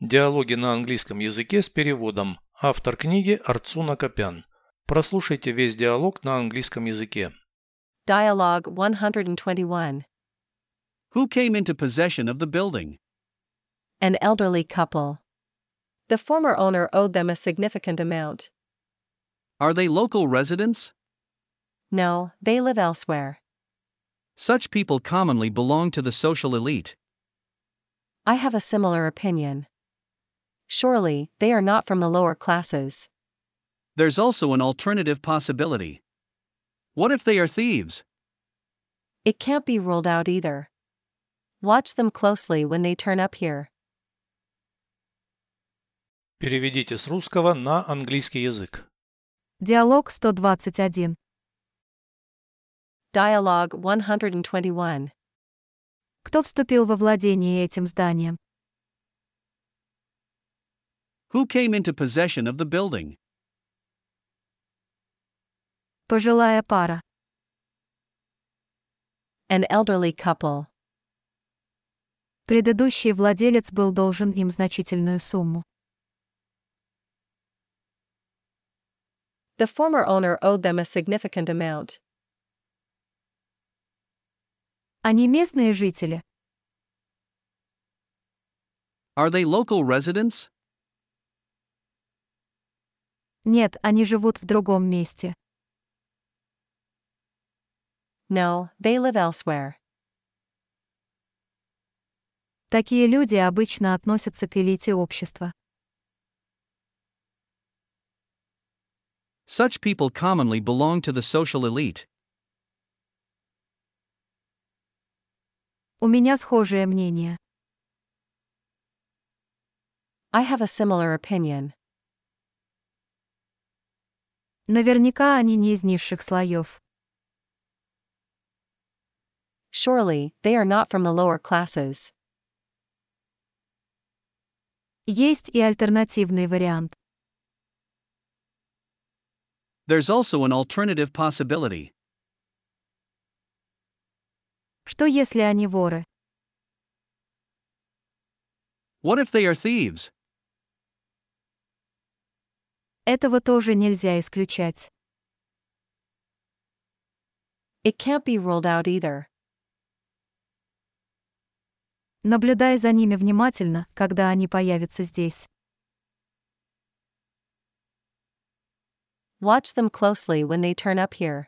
Диалоги на английском языке с переводом. Автор книги Арцуна Копян. Прослушайте весь диалог на английском языке. Dialogue 121. Who came into possession of the building? An elderly couple. The former owner owed them a significant amount. Are they local residents? No, they live elsewhere. Such people commonly belong to the social elite. I have a similar opinion. Surely, they are not from the lower classes. There's also an alternative possibility. What if they are thieves? It can't be ruled out either. Watch them closely when they turn up here. Переведите с русского на английский язык. Диалог 121. Dialogue 121. Кто вступил во владение этим зданием? Who came into possession of the building? Пожилая пара. An elderly couple. Предыдущий владелец был должен им значительную сумму. The former owner owed them a significant amount. Они местные жители. Are they local residents? Нет, они живут в другом месте. No, they live elsewhere. Такие люди обычно относятся к элите общества. Such people commonly belong to the social elite. У меня схожее мнение. I have a similar opinion. Наверняка они не из низших слоев. Surely, they are not from the lower classes. Есть и альтернативный вариант. There's also an alternative possibility. Что если они воры? What if they are thieves? Этого тоже нельзя исключать. It can't be ruled out either. Наблюдай за ними внимательно, когда они появятся здесь. Watch them closely when they turn up here.